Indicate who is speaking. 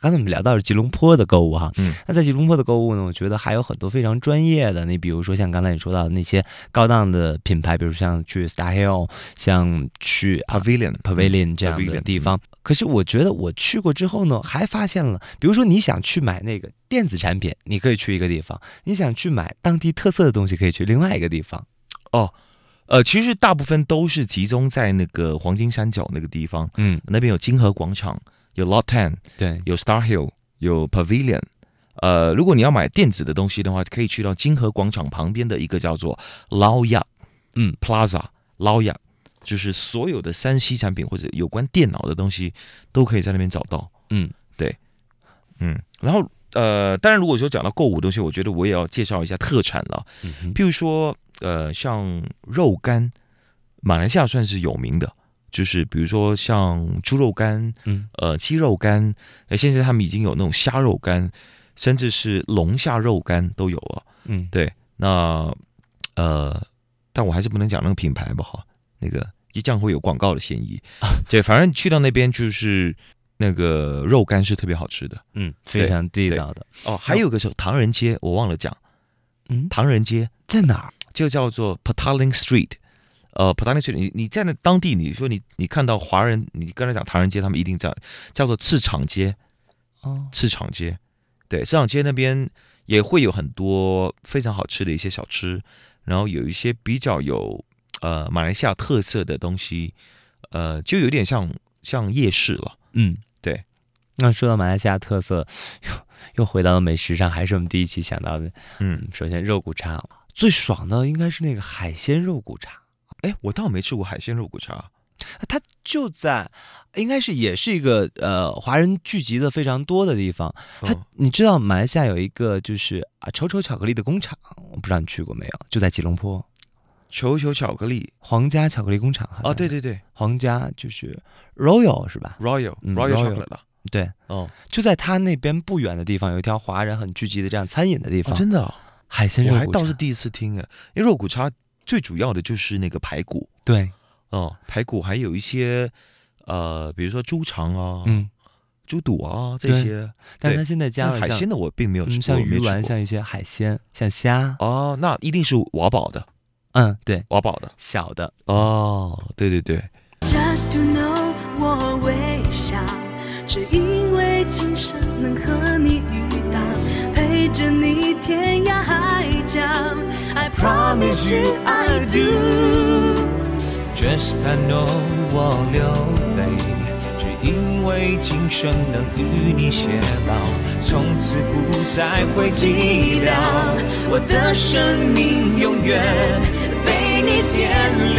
Speaker 1: 刚才我们聊到是吉隆坡的购物哈，
Speaker 2: 嗯，
Speaker 1: 那在吉隆坡的购物呢，我觉得还有很多非常专业的，你比如说像刚才你说到的那些高档的品牌，比如像去 Star Hill，像去
Speaker 2: Pavilion 嗯
Speaker 1: 嗯 Pavilion 这样的
Speaker 2: Pavilion，
Speaker 1: 地方。可是我觉得我去过之后呢，还发现了，比如说你想去买那个电子产品，你可以去一个地方；你想去买当地特色的东西，可以去另外一个地方。
Speaker 2: 哦，呃，其实大部分都是集中在那个黄金山脚那个地方，
Speaker 1: 嗯，
Speaker 2: 那边有金河广场，有 Lot Ten，
Speaker 1: 对，
Speaker 2: 有 Star Hill，有 Pavilion。呃，如果你要买电子的东西的话，可以去到金河广场旁边的一个叫做 Lao Ya
Speaker 1: 嗯
Speaker 2: Plaza Lao Ya，就是所有的三 C 产品或者有关电脑的东西都可以在那边找到。
Speaker 1: 嗯，
Speaker 2: 对，嗯，然后呃，当然如果说讲到购物的东西，我觉得我也要介绍一下特产了。
Speaker 1: 嗯哼
Speaker 2: 譬如说，呃，像肉干，马来西亚算是有名的，就是比如说像猪肉干、
Speaker 1: 嗯
Speaker 2: 呃鸡肉干，呃，现在他们已经有那种虾肉干，甚至是龙虾肉干都有了。
Speaker 1: 嗯，
Speaker 2: 对，那呃，但我还是不能讲那个品牌吧，哈，那个一这样会有广告的嫌 疑。对，反正去到那边就是那个肉干是特别好吃的。
Speaker 1: 嗯，非常地道的。
Speaker 2: 哦，还有一个是唐人街，我忘了讲，
Speaker 1: 嗯，
Speaker 2: 唐人街。
Speaker 1: 在哪儿？
Speaker 2: 就叫做 Petaling Street。呃，Petaling Street，你你在那当地，你说你你看到华人，你刚才讲唐人街，他们一定叫叫做赤场街，
Speaker 1: 哦，
Speaker 2: 赤场街。对，赤场街那边也会有很多非常好吃的一些小吃，然后有一些比较有呃马来西亚特色的东西，呃，就有点像像夜市了。
Speaker 1: 嗯，
Speaker 2: 对。
Speaker 1: 那说到马来西亚特色，又又回到了美食上，还是我们第一期想到的。
Speaker 2: 嗯
Speaker 1: 嗯，，首先肉骨茶最爽的应该是那个海鲜肉骨茶，
Speaker 2: 哎，我倒没吃过海鲜肉骨茶。
Speaker 1: 它就在，应该是也是一个呃华人聚集的非常多的地方。它、
Speaker 2: 哦
Speaker 1: 你知道马来西亚有一个就是啊丑丑巧克力的工厂，我不知道你去过没有，就在吉隆坡。
Speaker 2: 球球巧克力
Speaker 1: 皇家巧克力工厂
Speaker 2: 哦，对，对对
Speaker 1: 皇家就是 Royal 是吧？
Speaker 2: ，Royal
Speaker 1: 嗯
Speaker 2: Royal
Speaker 1: Royal
Speaker 2: chocolate 了。
Speaker 1: 对，
Speaker 2: 哦，
Speaker 1: 就在它那边不远的地方，有一条华人很聚集的这样餐饮的地
Speaker 2: 哦
Speaker 1: 方，
Speaker 2: 真的啊。
Speaker 1: 海鲜肉
Speaker 2: 我
Speaker 1: 骨
Speaker 2: 还倒是
Speaker 1: 茶
Speaker 2: 第一次听哎，因为肉骨茶最主要的就是那个排骨
Speaker 1: 对，
Speaker 2: 哦，排骨还有一些呃，比如说猪肠啊、
Speaker 1: 嗯，
Speaker 2: 猪肚啊这
Speaker 1: 对
Speaker 2: 些。
Speaker 1: 但
Speaker 2: 对
Speaker 1: 是它现在加
Speaker 2: 那
Speaker 1: 了
Speaker 2: 海
Speaker 1: 像
Speaker 2: 鲜的我并没有
Speaker 1: 嗯
Speaker 2: 吃过，
Speaker 1: 像
Speaker 2: 我没
Speaker 1: 鱼
Speaker 2: 吃
Speaker 1: 丸，
Speaker 2: 过
Speaker 1: 像一些海鲜，像虾，
Speaker 2: 哦，那一定是瓦堡的，
Speaker 1: 嗯，对，
Speaker 2: 瓦堡的
Speaker 1: 小的，
Speaker 2: 哦，对对对，
Speaker 3: Just to know，我微笑，只因为今生能和你遇到，陪着你天涯海角。I promise you I do。
Speaker 4: Just I know 我流泪，只因为今生能与你偕老，从此不再会寂寥，我的生命永远被你点亮。